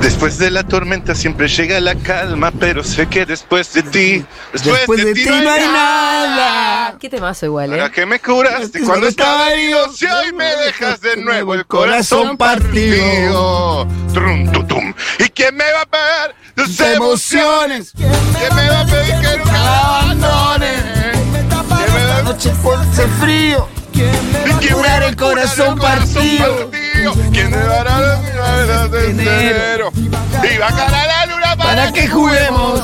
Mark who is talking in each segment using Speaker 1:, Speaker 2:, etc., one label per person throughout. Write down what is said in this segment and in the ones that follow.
Speaker 1: Después de la tormenta siempre llega la calma, pero sé que después de ti, después,
Speaker 2: Después de ti no hay nada.
Speaker 3: Ah, Qué temazo igual,
Speaker 1: Ahora
Speaker 3: ¿eh?
Speaker 1: que me curaste cuando estaba herido, si hoy me dejas de nuevo el corazón partido. Trum, tutum. ¿Y quién me va a pagar tus emociones?
Speaker 2: emociones.
Speaker 1: ¿Quién me va a pedir que nunca la abandone? ¿Quién me va a
Speaker 2: Noche fuerte frío.
Speaker 1: ¿Y quién me va a
Speaker 2: Curar el corazón
Speaker 1: curar el
Speaker 2: partido.
Speaker 1: corazón partido? ¿Quién me dará la primavera de enero? Y va a ganar la luna
Speaker 2: Para que juguemos.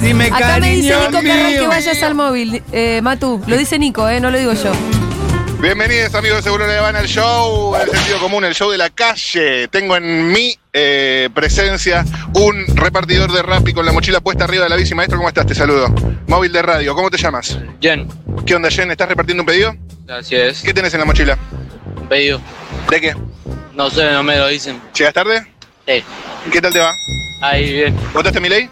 Speaker 2: Dime
Speaker 3: Acá me dice
Speaker 2: cariño
Speaker 3: Nico Carrán que
Speaker 2: mío.
Speaker 3: vayas al móvil. Eh, Matu, lo dice Nico, ¿eh? No lo digo yo.
Speaker 1: Bienvenidos amigos de Seguro Le Van al show, el sentido común, el show de la calle. Tengo en mi eh, presencia un repartidor de Rappi con la mochila puesta arriba de la bici. Maestro, ¿cómo estás? Te saludo. Móvil de radio, ¿cómo te llamas?
Speaker 4: Jen,
Speaker 1: ¿Qué onda, Jen? ¿Estás repartiendo un pedido?
Speaker 4: así es.
Speaker 1: ¿Qué tenés en la mochila?
Speaker 4: Un pedido.
Speaker 1: ¿De qué?
Speaker 4: No sé, no me lo dicen.
Speaker 1: ¿Llegas tarde?
Speaker 4: Sí.
Speaker 1: ¿Qué tal te va?
Speaker 4: Ahí bien.
Speaker 1: ¿Votaste mi ley?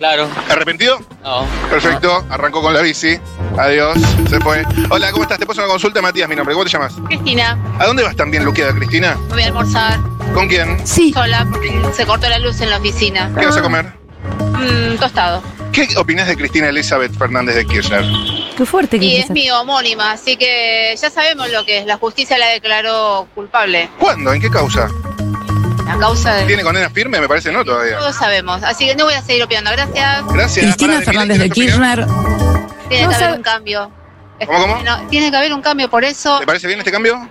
Speaker 4: Claro.
Speaker 1: ¿Arrepentido?
Speaker 4: No.
Speaker 1: Perfecto, arrancó con la bici. Adiós, se fue. Hola, ¿cómo estás? Te paso una consulta, Matías, mi nombre. ¿Cómo te llamas?
Speaker 5: Cristina,
Speaker 1: ¿A dónde vas tan bien, Luqueda, Cristina?
Speaker 5: me voy a almorzar
Speaker 1: ¿Con quién?
Speaker 3: Sí.
Speaker 5: sola porque se cortó la luz en la oficina.
Speaker 1: ¿Qué vas a comer?
Speaker 5: Mm, tostado.
Speaker 1: ¿Qué opinas de Cristina Elizabeth Fernández de Kirchner?
Speaker 3: Qué fuerte que
Speaker 5: Y
Speaker 3: es
Speaker 5: es
Speaker 3: esa.
Speaker 5: mi homónima, así que ya sabemos lo que es. La justicia la declaró culpable.
Speaker 1: ¿Cuándo? ¿En qué causa?
Speaker 5: La causa de...
Speaker 1: ¿Tiene condena firme? Me parece no todavía.
Speaker 5: Todos sabemos, así que no voy a seguir opinando. Gracias.
Speaker 1: Gracias.
Speaker 6: Cristina
Speaker 1: Pará,
Speaker 6: Fernández de
Speaker 1: Milei, ¿tienes otra
Speaker 6: Kirchner.
Speaker 5: Tiene
Speaker 3: No
Speaker 5: que haber
Speaker 3: sabe-
Speaker 5: un cambio.
Speaker 1: ¿Cómo, cómo?
Speaker 5: No, tiene que haber un cambio, por
Speaker 1: opinión?
Speaker 5: eso
Speaker 1: ¿Te parece bien este cambio?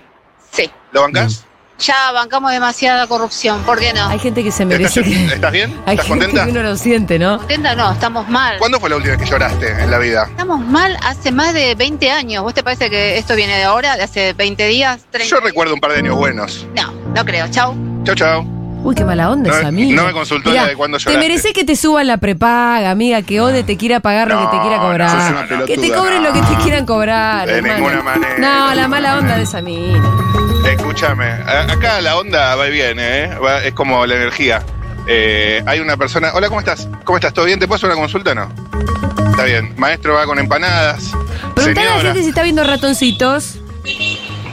Speaker 5: sí.
Speaker 1: ¿Lo bancás?
Speaker 5: Ya bancamos demasiada corrupción, ¿por qué no?
Speaker 3: Hay gente que se
Speaker 1: ¿Estás,
Speaker 3: merece que.
Speaker 1: estás bien?
Speaker 3: Hay
Speaker 1: ¿Estás
Speaker 3: gente
Speaker 1: contenta?
Speaker 3: que uno lo siente, ¿no?
Speaker 5: ¿Contenta? No, estamos mal.
Speaker 1: ¿Cuándo fue la última vez que lloraste en la vida?
Speaker 5: Estamos mal hace más de 20 años. ¿Vos te parece que esto viene de ahora, de hace 20 días? 30
Speaker 1: Yo
Speaker 5: días?
Speaker 1: recuerdo un par de años buenos.
Speaker 5: No, no creo. Chau.
Speaker 1: Chau, chau.
Speaker 3: Uy, qué mala onda
Speaker 1: No,
Speaker 3: esa amiga.
Speaker 1: no me consultó la de cuándo
Speaker 3: Te
Speaker 1: lloraste.
Speaker 3: mereces que te suban la prepaga, amiga, que Ode te quiera pagar lo que te quiera
Speaker 1: No, no, sos
Speaker 3: cobrar.
Speaker 1: una pelotuda,
Speaker 3: que te cobren lo que te
Speaker 1: no.
Speaker 3: quieran cobrar.
Speaker 1: De
Speaker 3: hermano.
Speaker 1: ninguna manera,
Speaker 3: No,
Speaker 1: de
Speaker 3: la
Speaker 1: ninguna
Speaker 3: mala onda
Speaker 1: manera.
Speaker 3: de esa mina.
Speaker 1: Escúchame, a- acá la onda va y viene, ¿eh? Va- es como la energía. Eh, hay una persona. Hola, ¿cómo estás? ¿Cómo estás? ¿Todo bien? ¿Te puedo hacer una consulta o no? Está bien. Maestro va con empanadas.
Speaker 3: Preguntale a la
Speaker 1: Señora,
Speaker 3: gente si está viendo ratoncitos.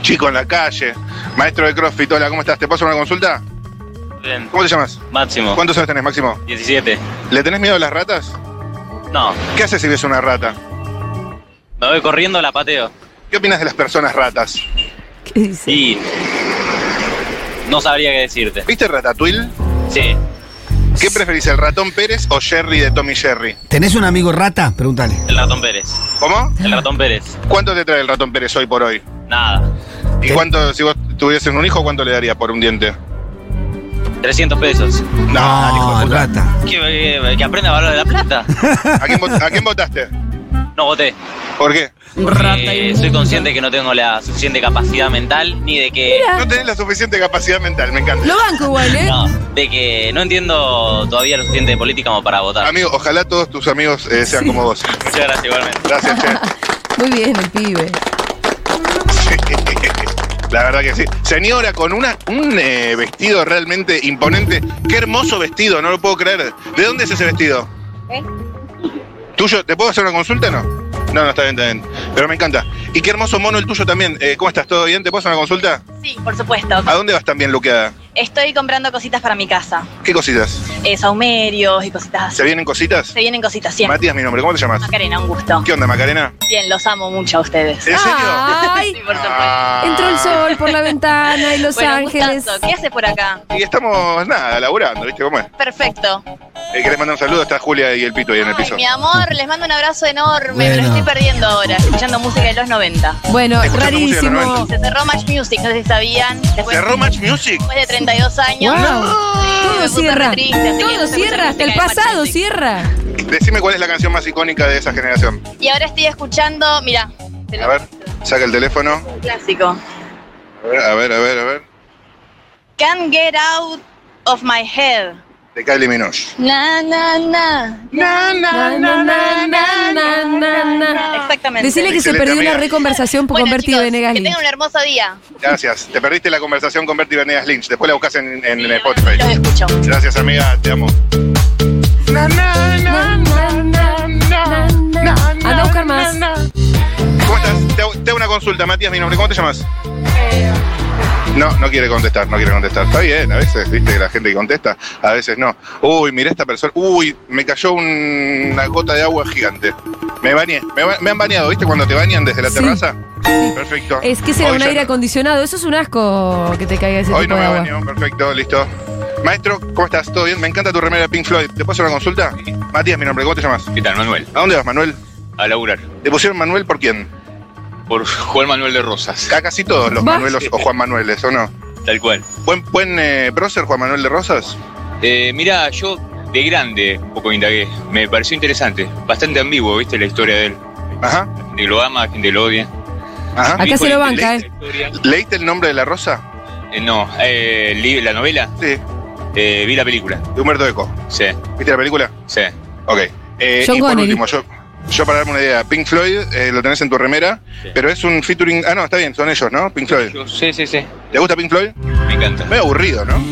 Speaker 1: chico en la calle. Maestro de CrossFit, hola, ¿cómo estás? ¿Te puedo hacer una consulta?
Speaker 4: Bien.
Speaker 1: ¿Cómo te llamas?
Speaker 4: Máximo.
Speaker 1: ¿Cuántos años tenés, Máximo?
Speaker 4: 17.
Speaker 1: ¿Le tenés miedo a las ratas?
Speaker 4: No.
Speaker 1: ¿Qué haces si ves una rata?
Speaker 4: Me voy corriendo, la pateo.
Speaker 1: ¿Qué opinas de las personas ratas?
Speaker 3: ¿Qué dice?
Speaker 4: Y. No sabría qué decirte.
Speaker 1: ¿Viste Ratatouille?
Speaker 4: Sí.
Speaker 1: ¿Qué preferís, el ratón Pérez o Jerry de Tommy Jerry?
Speaker 2: ¿Tenés un amigo rata? Pregúntale.
Speaker 4: El ratón Pérez.
Speaker 1: ¿Cómo?
Speaker 4: El ratón Pérez.
Speaker 1: ¿Cuánto te trae el ratón Pérez hoy por hoy?
Speaker 4: Nada.
Speaker 1: ¿Y
Speaker 2: ¿Qué?
Speaker 1: cuánto, si vos tuvieses un hijo, cuánto le darías por un diente?
Speaker 4: 300 pesos.
Speaker 1: No, hijo de puta.
Speaker 2: Ah, rata.
Speaker 4: ¿Qué, que- que aprenda a valor de la plata?
Speaker 1: ¿A quién, vot- a quién votaste?
Speaker 4: No voté.
Speaker 1: ¿Por qué?
Speaker 4: porque
Speaker 3: Rata y
Speaker 4: soy consciente que no tengo la suficiente capacidad mental ni de que.
Speaker 1: No tenés la suficiente capacidad mental, me encanta.
Speaker 3: Lo banco igual, ¿eh?
Speaker 4: No, de que no entiendo todavía lo suficiente de política como para votar.
Speaker 1: Amigo, ojalá todos tus amigos eh, sean como vos.
Speaker 4: Muchas gracias, igualmente.
Speaker 1: Gracias, Che.
Speaker 3: Muy bien, el pibe.
Speaker 1: La verdad que sí. Señora, con una, un eh, vestido realmente imponente. Qué hermoso vestido, no lo puedo creer. ¿De dónde es ese vestido?
Speaker 5: ¿Eh?
Speaker 1: ¿Tuyo? ¿Te puedo hacer una consulta no? No, no, está bien, está bien. Pero me encanta. Y qué hermoso mono el tuyo también. Eh, ¿Cómo estás? ¿Todo bien? ¿Te puedo hacer una consulta?
Speaker 7: Sí, por supuesto.
Speaker 1: ¿A dónde vas tan bien, Luqueada?
Speaker 7: Estoy comprando cositas para mi casa.
Speaker 1: ¿Qué cositas?
Speaker 7: Eh, saumerios y cositas así.
Speaker 1: ¿Se vienen cositas?
Speaker 7: Se vienen cositas siempre.
Speaker 1: Matías, mi nombre. ¿Cómo te llamas?
Speaker 7: Macarena, un gusto.
Speaker 1: ¿Qué onda, Macarena?
Speaker 7: Bien, los amo mucho a ustedes.
Speaker 1: ¿En serio?
Speaker 7: Sí,
Speaker 3: Ay,
Speaker 7: por supuesto.
Speaker 1: Ah.
Speaker 3: entró el sol por la ventana y Los
Speaker 7: Bueno, un
Speaker 3: Ángeles.
Speaker 7: gustazo. ¿Qué hace por acá?
Speaker 1: Y estamos, nada, laburando, ¿viste cómo es?
Speaker 7: Perfecto.
Speaker 1: Eh, ¿Querés mandar un saludo? Está Julia y el Pito ahí en el
Speaker 7: Ay,
Speaker 1: piso.
Speaker 7: mi amor, les mando un abrazo enorme. Me
Speaker 2: Bueno.
Speaker 7: lo estoy perdiendo ahora. Escuchando música de los 90.
Speaker 3: Bueno,
Speaker 1: Escuchando música de los
Speaker 3: rarísimo.
Speaker 1: 90.
Speaker 7: Se cerró Match Music, no sé si sabían. Después,
Speaker 1: ¿Cerró Match Music?
Speaker 7: después de 32 años.
Speaker 3: Wow.
Speaker 7: me
Speaker 3: Todo
Speaker 7: puse
Speaker 3: cierra.
Speaker 7: re triste, así que
Speaker 3: Todo
Speaker 7: puse
Speaker 3: cierra,
Speaker 7: mucha
Speaker 3: hasta el
Speaker 7: música de
Speaker 3: pasado
Speaker 7: Match Music.
Speaker 3: cierra.
Speaker 1: Decime cuál es la canción más icónica de esa generación.
Speaker 7: Y ahora estoy escuchando, mira,
Speaker 1: A ver, saca el teléfono.
Speaker 7: un clásico.
Speaker 1: A ver, a ver, a ver, a ver.
Speaker 7: Can't get out of my head.
Speaker 1: De Kylie Minogue.
Speaker 7: Na, na,
Speaker 3: Ah.
Speaker 7: na.
Speaker 3: Na, na, na, na, na, na, na.
Speaker 7: Exactamente.
Speaker 3: Decirle que se
Speaker 1: Excelente,
Speaker 3: perdió una
Speaker 1: amiga.
Speaker 3: reconversación por
Speaker 7: bueno,
Speaker 3: convertido
Speaker 7: chicos,
Speaker 3: en
Speaker 7: que
Speaker 3: Egali.
Speaker 7: tengan un hermoso día.
Speaker 1: Gracias. Te perdiste la conversación con Bertie Venegas Lynch. Después la buscas en, en, en Spotify.
Speaker 7: Los escucho.
Speaker 1: Gracias, amiga. Te amo.
Speaker 3: Anda a buscar más.
Speaker 1: ¿Cómo estás? Te hago, te hago una consulta. Matías, mi nombre. ¿Cómo te llamas? No, no quiere contestar, no quiere contestar. Está bien, a veces, viste, la gente que contesta, a veces no. Uy, mirá esta persona. Uy, me cayó un- una gota de agua gigante. Me bañé, me, ba- me han bañado, ¿viste? Cuando te bañan desde la
Speaker 3: Sí.
Speaker 1: terraza. Perfecto.
Speaker 3: Es que será
Speaker 1: Hoy
Speaker 3: un
Speaker 1: ya
Speaker 3: aire
Speaker 1: no.
Speaker 3: acondicionado. Eso es un asco que te caiga ese
Speaker 1: Hoy no
Speaker 3: tipo de
Speaker 1: me
Speaker 3: agua.
Speaker 1: baño, perfecto, listo. Maestro, ¿cómo estás? ¿Todo bien? Me encanta tu remera de Pink Floyd. ¿Te puedo hacer una consulta? Matías, mi nombre, ¿cómo te llamas?
Speaker 6: ¿Qué tal, Manuel?
Speaker 1: ¿A dónde vas, Manuel?
Speaker 6: A laburar.
Speaker 1: ¿Te pusieron Manuel por quién?
Speaker 6: Por Juan Manuel de Rosas.
Speaker 1: A casi todos los
Speaker 3: Va.
Speaker 1: Manuelos o Juan Manueles, ¿o no?
Speaker 6: Tal cual.
Speaker 1: ¿Buen, buen eh, prócer, Juan Manuel de Rosas?
Speaker 6: Eh, mirá, yo de grande un poco indagué. Me pareció interesante. Bastante ambiguo, ¿viste? La historia de él.
Speaker 1: Ajá,
Speaker 6: Hay gente que lo ama, hay gente que lo odia.
Speaker 1: ajá.
Speaker 3: Acá
Speaker 6: Dijo
Speaker 3: se lo
Speaker 6: la-
Speaker 3: banca, ¿eh?
Speaker 6: la historia.
Speaker 1: ¿Leíste el nombre de la rosa?
Speaker 6: Eh, no, eh, li- la novela,
Speaker 1: Sí,
Speaker 6: eh, vi la película.
Speaker 1: de Humberto Eco.
Speaker 6: Sí,
Speaker 1: ¿Viste la película?
Speaker 6: sí.
Speaker 1: Ok. Eh,
Speaker 3: John
Speaker 1: y por
Speaker 3: Connery.
Speaker 1: último, yo, yo para darme una idea, Pink Floyd eh, lo tenés en tu remera,
Speaker 6: Sí.
Speaker 1: pero es un featuring. Ah, no, está bien, son ellos, ¿no? Pink Floyd.
Speaker 6: Yo- sí, sí, sí.
Speaker 1: ¿Te gusta Pink Floyd?
Speaker 6: Me encanta.
Speaker 1: Medio aburrido, ¿no?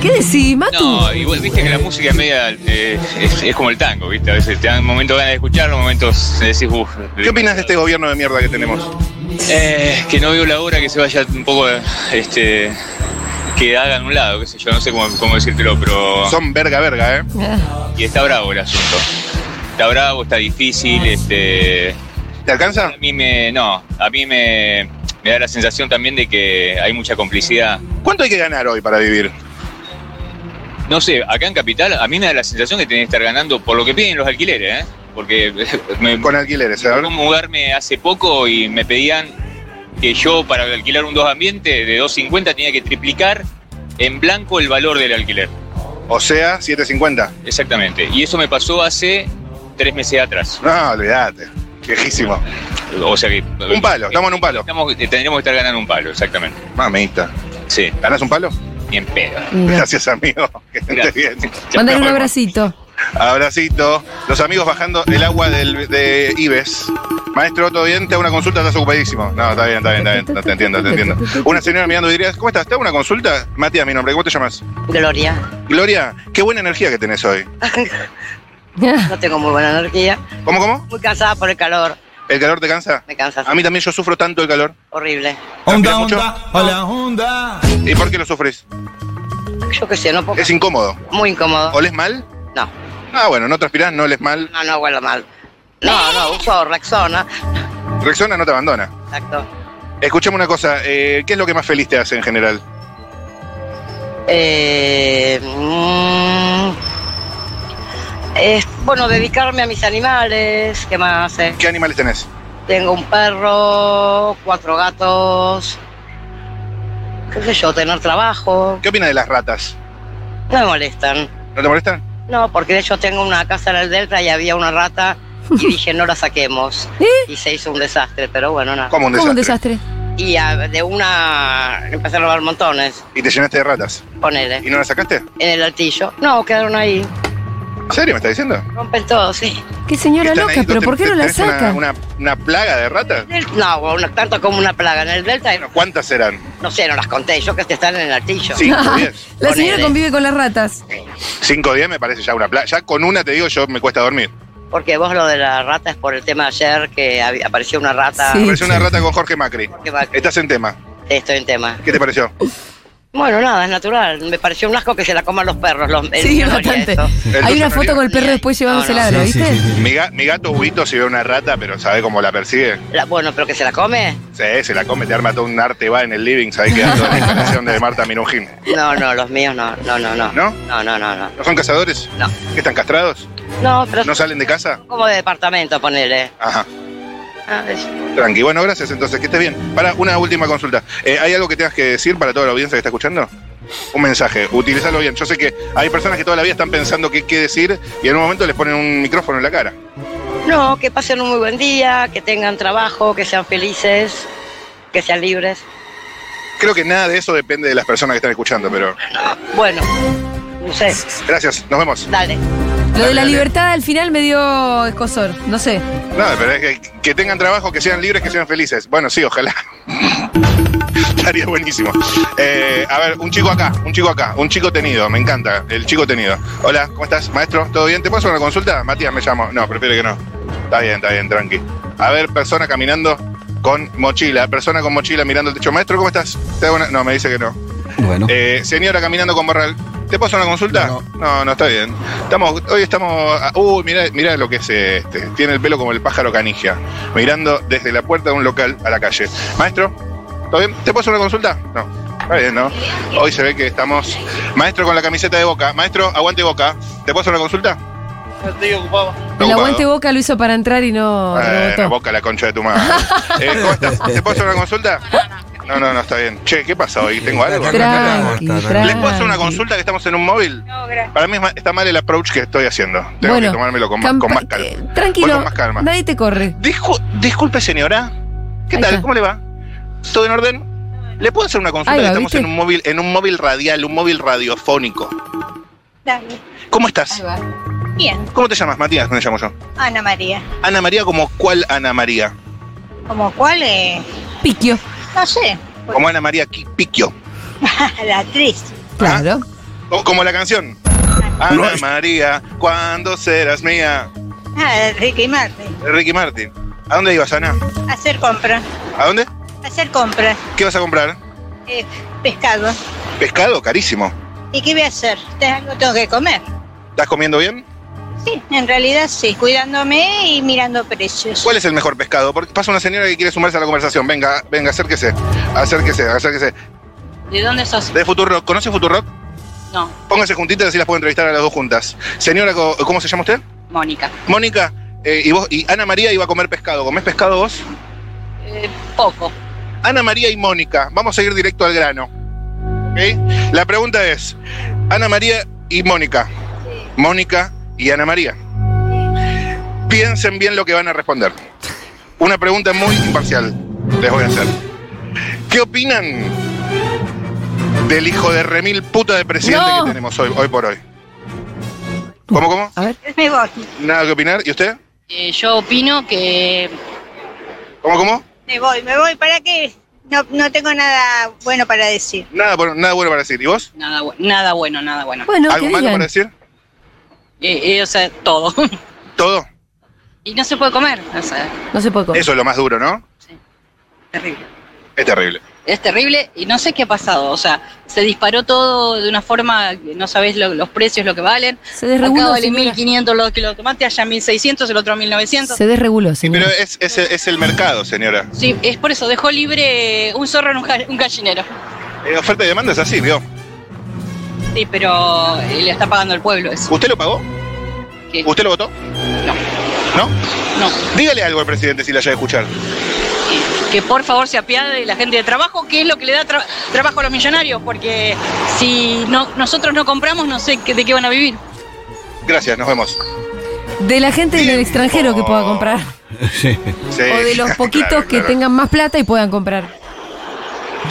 Speaker 3: ¿Qué decís, Matu?
Speaker 6: No, igual viste que la música es media. eh, es, es como el tango, ¿viste? A veces te dan momentos ganas de escucharlo, momentos decís, uff.
Speaker 1: ¿Qué opinas de este gobierno de mierda que tenemos?
Speaker 6: Eh, que no veo la hora que se vaya un poco, eh, este, que hagan un lado, qué sé yo, no sé cómo, cómo decírtelo, pero...
Speaker 1: Son verga, verga, ¿eh?
Speaker 3: Ah,
Speaker 6: Y está bravo el asunto. Está bravo, está difícil, este...
Speaker 1: ¿Te alcanza?
Speaker 6: A mí me... No, a mí me, me da la sensación también de que hay mucha complicidad.
Speaker 1: ¿Cuánto hay que ganar hoy para vivir?
Speaker 6: No sé, acá en Capital a mí me da la sensación que tenés que estar ganando por lo que piden los alquileres, ¿eh? Porque me,
Speaker 1: Con alquileres,
Speaker 6: tocó
Speaker 1: ¿verdad?
Speaker 6: mudarme hace poco y me pedían que yo para alquilar un dos ambiente de 2.50 tenía que triplicar en blanco el valor del alquiler.
Speaker 1: O sea, 7.50.
Speaker 6: Exactamente. Y eso me pasó hace tres meses atrás.
Speaker 1: No, olvídate. Viejísimo.
Speaker 6: O sea que...
Speaker 1: Un palo, estamos en un palo.
Speaker 6: Estamos- eh, tendríamos que estar ganando un palo, exactamente.
Speaker 1: Mamita.
Speaker 6: Sí,
Speaker 1: ¿Ganás un palo?
Speaker 6: bien pedo.
Speaker 3: y no.
Speaker 1: Gracias, amigo. Que estés
Speaker 6: Gracias.
Speaker 1: bien.
Speaker 3: Mándale un
Speaker 1: Nos vemos.
Speaker 3: abracito.
Speaker 1: Abracito. Los amigos bajando el agua del, de Ives. Maestro, ¿todo bien? Te hago una consulta, estás ocupadísimo. No, está bien, está bien, está bien. No, te entiendo, te entiendo. Una señora mirando y dirías, ¿cómo estás? ¿Te hago una consulta? Matías, mi nombre, ¿cómo te llamas?
Speaker 8: Gloria,
Speaker 1: Gloria, qué buena energía que tenés hoy.
Speaker 8: no tengo muy buena energía.
Speaker 1: ¿Cómo, cómo?
Speaker 8: Muy cansada por el calor.
Speaker 1: ¿El calor te cansa?
Speaker 8: Me cansa.
Speaker 1: A mí también yo sufro tanto el calor.
Speaker 8: Horrible.
Speaker 1: ¿Transpira
Speaker 2: Onda,
Speaker 1: mucho?
Speaker 2: onda, hola, onda.
Speaker 1: ¿Y por qué lo sufres?
Speaker 8: Yo qué sé, no puedo.
Speaker 1: Es incómodo.
Speaker 8: Muy incómodo.
Speaker 1: ¿Oles mal?
Speaker 8: No.
Speaker 1: Ah, bueno, no transpirás, no oles mal.
Speaker 8: No, no huelo mal. No, no, uso Rexona.
Speaker 1: Rexona no te abandona.
Speaker 8: Exacto.
Speaker 1: Escuchame una cosa, eh, ¿qué es lo que más feliz te hace en general?
Speaker 8: Eh, mm, es, bueno, dedicarme a mis animales. ¿Qué más? eh?
Speaker 1: ¿Qué animales tenés?
Speaker 8: Tengo un perro, cuatro gatos. ¿Qué sé yo? Tener trabajo.
Speaker 1: ¿Qué opinas de las ratas?
Speaker 8: No me molestan.
Speaker 1: ¿No te molestan?
Speaker 8: No, porque de hecho tengo una casa en el Delta y había una rata y dije no la saquemos.
Speaker 3: ¿Eh?
Speaker 8: Y se hizo un desastre, pero bueno, nada.
Speaker 1: Como un
Speaker 3: Como
Speaker 1: desastre.
Speaker 3: un desastre.
Speaker 8: Y a- de una empecé a robar montones,
Speaker 1: Y te llenaste de ratas.
Speaker 8: ponele,
Speaker 1: ¿Y no las sacaste?
Speaker 8: en el altillo. No, quedaron ahí.
Speaker 1: ¿En serio me estás diciendo?
Speaker 8: Rompen todo, sí.
Speaker 3: Qué señora
Speaker 1: ¿Están ahí?
Speaker 3: loca, pero
Speaker 1: ¿Te-
Speaker 3: ¿por qué
Speaker 1: te-
Speaker 3: no la
Speaker 1: tenés una-
Speaker 3: saca?
Speaker 1: Una, una plaga de ratas?
Speaker 8: Del- No, una- tanto como una plaga. En el Delta, no,
Speaker 1: Bueno, ¿cuántas serán?
Speaker 8: sé, no las conté. Yo que están en el altillo.
Speaker 1: ¿Cinco, diez?
Speaker 3: La señora
Speaker 8: Ponele.
Speaker 3: convive con las ratas.
Speaker 1: Cinco, diez me parece ya una plaga. Ya con una te digo yo me cuesta dormir.
Speaker 8: Porque vos lo de la rata es por el tema de ayer que había- apareció una rata.
Speaker 3: Sí.
Speaker 1: Apareció una rata con Jorge Macri.
Speaker 8: Que va-
Speaker 1: Estás en tema.
Speaker 8: Estoy en tema.
Speaker 1: ¿Qué te pareció?
Speaker 8: Bueno, nada, es natural. Me pareció un asco que se la coman los perros. Los, el-
Speaker 3: Sí,
Speaker 8: el-
Speaker 3: bastante.
Speaker 8: eso.
Speaker 1: El
Speaker 3: Hay una
Speaker 1: dulce
Speaker 3: foto con el perro después llevándosela,
Speaker 2: Sí,
Speaker 3: ¿lo
Speaker 2: sí,
Speaker 3: viste?
Speaker 2: sí, sí.
Speaker 1: Mi, ga- mi gato Huito si ve una rata, pero sabe cómo la persigue.
Speaker 8: La- bueno, pero que se la come.
Speaker 1: Se, se la come, te arma todo un arte va en el living, sabés quedando la instalación de Marta Minujín.
Speaker 8: No, no, los míos no, no, no,
Speaker 1: ¿No?
Speaker 8: no. No, no, no, no.
Speaker 1: ¿No son cazadores?
Speaker 8: No.
Speaker 1: ¿Qué están castrados?
Speaker 8: No, pero
Speaker 1: ¿No salen de casa?
Speaker 8: como de departamento, ponele.
Speaker 1: Ajá.
Speaker 8: Ah, es-
Speaker 1: Tranqui, bueno, gracias entonces, que estés bien. Para una última consulta. Eh, ¿Hay algo que tengas que decir para toda la audiencia que está escuchando? Un mensaje, utilizarlo bien. Yo sé que hay personas que toda la vida están pensando qué, qué decir y en un momento les ponen un micrófono en la cara.
Speaker 8: No, que pasen un muy buen día, que tengan trabajo, que sean felices, que sean libres.
Speaker 1: Creo que nada de eso depende de las personas que están escuchando, pero
Speaker 8: Bueno, no sé,
Speaker 1: gracias, nos vemos.
Speaker 8: dale.
Speaker 3: Lo de
Speaker 1: Dale,
Speaker 3: la
Speaker 1: dale.
Speaker 3: libertad al final me dio escosor. No sé.
Speaker 1: Nada, pero es que, que tengan trabajo, que sean libres, que sean felices. Bueno, sí, ojalá. Estaría buenísimo. Eh, a ver, un chico acá, un chico acá, un chico tenido, me encanta, el chico tenido. Hola, ¿cómo estás, maestro? ¿Todo bien? ¿Te puedo hacer una consulta? Matías, me llamo. No, prefiero que no. Está bien, está bien, tranqui. A ver, persona caminando. con mochila, persona con mochila mirando el techo. Maestro, ¿cómo estás? ¿Te hago una-? No, me dice que no.
Speaker 2: Bueno.
Speaker 1: Eh, señora caminando con barral. ¿Te paso una consulta?
Speaker 2: No.
Speaker 1: No, no, está bien. Estamos, hoy estamos. ah, Uy, mira, mira lo que es este. Tiene el pelo como el pájaro canigia, mirando desde la puerta de un local a la calle. Maestro, ¿todo bien? ¿Te paso una consulta? No. Está bien, ¿no? Hoy se ve que estamos. Maestro con la camiseta de boca. Maestro, aguante boca. ¿Te paso una consulta?
Speaker 6: Estoy ocupado.
Speaker 1: Está
Speaker 3: El
Speaker 1: ocupado.
Speaker 3: aguante boca lo hizo para entrar y no
Speaker 1: Eh,
Speaker 3: rebotó.
Speaker 1: boca la concha de tu madre. Eh, ¿Cómo estás? ¿Te paso una consulta? No, no, no, está bien. Che, ¿qué pasa hoy? ¿Tengo algo?
Speaker 3: Tranqui,
Speaker 1: ¿Les puedo hacer una
Speaker 3: Tranqui.
Speaker 1: consulta que estamos en un móvil?
Speaker 7: No, gracias.
Speaker 1: Para mí es ma- está mal el approach que estoy haciendo. Tengo que tomármelo con, ma-
Speaker 3: campa-
Speaker 1: con más calma.
Speaker 3: eh,
Speaker 1: Voy
Speaker 3: Tranquilo,
Speaker 1: con más calma.
Speaker 3: nadie te corre.
Speaker 1: Discu- disculpe, señora. ¿Qué
Speaker 3: Ahí
Speaker 1: tal?
Speaker 3: está.
Speaker 1: ¿Cómo le va? ¿Todo en orden? ¿Le puedo hacer una consulta?
Speaker 3: Ahí va,
Speaker 1: que estamos
Speaker 3: ¿viste?
Speaker 1: en un móvil, en un móvil radial, un móvil radiofónico.
Speaker 7: Dale.
Speaker 1: ¿Cómo estás?
Speaker 7: Bien,
Speaker 1: ¿Cómo te llamas? Matías, me llamo yo.
Speaker 7: Ana María.
Speaker 1: Ana María, ¿como cuál Ana María?
Speaker 7: ¿Como cuál? eh?
Speaker 3: Piquio,
Speaker 7: No sé.
Speaker 1: Como Ana María Qui- Picchio.
Speaker 7: La actriz.
Speaker 3: claro.
Speaker 1: Ah, O como la canción. Ana María, ¿cuándo serás mía?
Speaker 7: Ah, Ricky Martin.
Speaker 1: Ricky Martin. ¿A dónde ibas, Ana?
Speaker 7: Hacer compras.
Speaker 1: ¿A dónde?
Speaker 7: Hacer compras.
Speaker 1: ¿Qué vas a comprar?
Speaker 7: Eh, pescado.
Speaker 1: Pescado, carísimo.
Speaker 7: ¿Y qué voy a hacer? Te- Algo tengo que comer.
Speaker 1: ¿Estás comiendo bien?
Speaker 7: Sí, en realidad sí. Cuidándome y mirando precios.
Speaker 1: ¿Cuál es el mejor pescado? Porque pasa una señora que quiere sumarse a la conversación. Venga, venga, acérquese. Acérquese, acérquese.
Speaker 8: ¿De dónde sos?
Speaker 1: De Futurock, ¿conoce Futurock?
Speaker 8: No,
Speaker 1: Póngase juntitas así las puedo entrevistar a las dos juntas. Señora, co- ¿cómo se llama usted?
Speaker 8: Mónica.
Speaker 1: Mónica, eh, y vos, y Ana María iba a comer pescado. ¿Comés pescado vos?
Speaker 8: Eh, poco.
Speaker 1: Ana María y Mónica, vamos a ir directo al grano. ¿ok? La pregunta es: Ana María y Mónica. Mónica y Ana María. Piensen bien lo que van a responder. Una pregunta muy imparcial les voy a hacer. ¿Qué opinan del hijo de remil puta de presidente
Speaker 3: No.
Speaker 1: que tenemos hoy, hoy por hoy? ¿Cómo, cómo?
Speaker 3: A ver,
Speaker 7: Me voy.
Speaker 1: ¿Nada que opinar? ¿Y usted?
Speaker 8: Eh, yo opino que
Speaker 1: ¿Cómo, cómo?
Speaker 7: Me voy, me voy. ¿Para qué? No, no tengo nada bueno para decir.
Speaker 1: Nada, bueno- nada bueno para decir. ¿Y vos?
Speaker 8: nada, bu- nada bueno, nada bueno.
Speaker 3: bueno, que
Speaker 1: ¿Algo malo
Speaker 3: digan.
Speaker 1: para decir?
Speaker 8: Eh, eh, o sea, todo.
Speaker 1: Todo.
Speaker 8: y no se puede comer. O sea,
Speaker 3: No se puede correr.
Speaker 1: Eso es lo más duro, ¿no?
Speaker 8: terrible.
Speaker 1: Es terrible.
Speaker 8: Es terrible y no sé qué ha pasado. O sea, se disparó todo de una forma, que no sabés lo- los precios, lo que valen.
Speaker 3: Se
Speaker 8: Acá
Speaker 3: desreguló.
Speaker 8: vale
Speaker 3: señora.
Speaker 8: 1.500 los kilos de tomate, allá 1.600, el otro 1.900.
Speaker 3: Se desreguló,
Speaker 1: Sí, pero
Speaker 3: señora.
Speaker 1: es, es- es el mercado, señora.
Speaker 8: Sí, es por eso, dejó libre un zorro en un, ga- un gallinero.
Speaker 1: Eh, oferta y demanda es así, ¿vio?
Speaker 8: Sí, pero eh, le está pagando el pueblo eso.
Speaker 1: ¿Usted lo pagó?
Speaker 8: ¿Qué?
Speaker 1: ¿Usted lo votó?
Speaker 8: No.
Speaker 1: ¿No?
Speaker 8: No,
Speaker 1: Dígale algo al presidente si la haya de escuchar.
Speaker 8: que, que por favor se apiade de la gente de trabajo, que es lo que le da tra- trabajo a los millonarios, porque si no, nosotros no compramos, no sé qué- de qué van a vivir.
Speaker 1: Gracias, nos vemos.
Speaker 3: De la gente del
Speaker 1: Tiempo.
Speaker 3: extranjero que pueda comprar.
Speaker 1: Sí,
Speaker 3: O de los
Speaker 1: eh, oh. claro,
Speaker 3: poquitos que
Speaker 1: claro.
Speaker 3: tengan más plata y puedan comprar.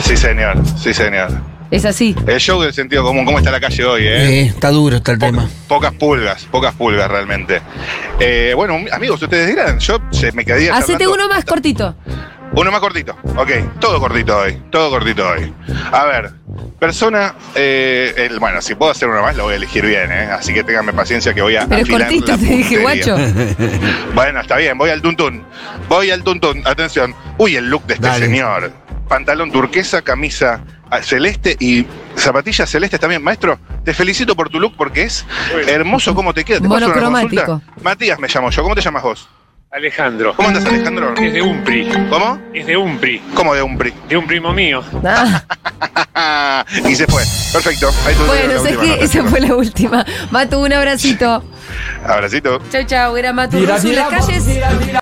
Speaker 1: Sí, señor, sí, señor.
Speaker 3: Es así.
Speaker 1: El show del sentido común, ¿cómo está la calle hoy, eh?
Speaker 2: Eh, está duro está el
Speaker 1: Po-
Speaker 2: tema.
Speaker 1: pocas pulgas, pocas pulgas realmente. Eh, bueno, amigos, ustedes dirán, yo se me quedé.
Speaker 3: Hacete
Speaker 1: charlando.
Speaker 3: uno más cortito.
Speaker 1: Uno más cortito. Ok, todo cortito hoy. Todo cortito hoy. A ver, persona. eh, el- bueno, si puedo hacer uno más, lo voy a elegir bien, ¿eh? Así que ténganme paciencia que voy a.
Speaker 3: Pero es
Speaker 1: afilar
Speaker 3: cortito,
Speaker 1: la
Speaker 3: te dije,
Speaker 1: puntería.
Speaker 3: guacho.
Speaker 1: Bueno, está bien, voy al tuntún. Voy al tuntún, atención. Uy, el look de este
Speaker 2: Dale.
Speaker 1: señor. Pantalón turquesa, camisa ah, celeste y zapatillas celestes también. Maestro, te felicito por tu look porque es hermoso cómo te queda. ¿Te paso una
Speaker 3: Monocromático. Ah.
Speaker 1: consulta? Matías me llamo yo. ¿Cómo te llamas vos?
Speaker 9: Alejandro,
Speaker 1: ¿Cómo estás, Alejandro?
Speaker 9: es de Umpri,
Speaker 1: ¿Cómo?
Speaker 9: es de Umpri,
Speaker 1: ¿Cómo de un pri?
Speaker 9: de un primo mío.
Speaker 3: Ah,
Speaker 1: Ah, y se fue. Perfecto. Ahí tuvieron la
Speaker 3: bueno, sé
Speaker 1: última
Speaker 3: que
Speaker 1: nota,
Speaker 3: esa
Speaker 1: chicos.
Speaker 3: fue la última. Matu, un abracito.
Speaker 1: Abracito.
Speaker 3: Chau, chau. Era Matu Russo en las calles.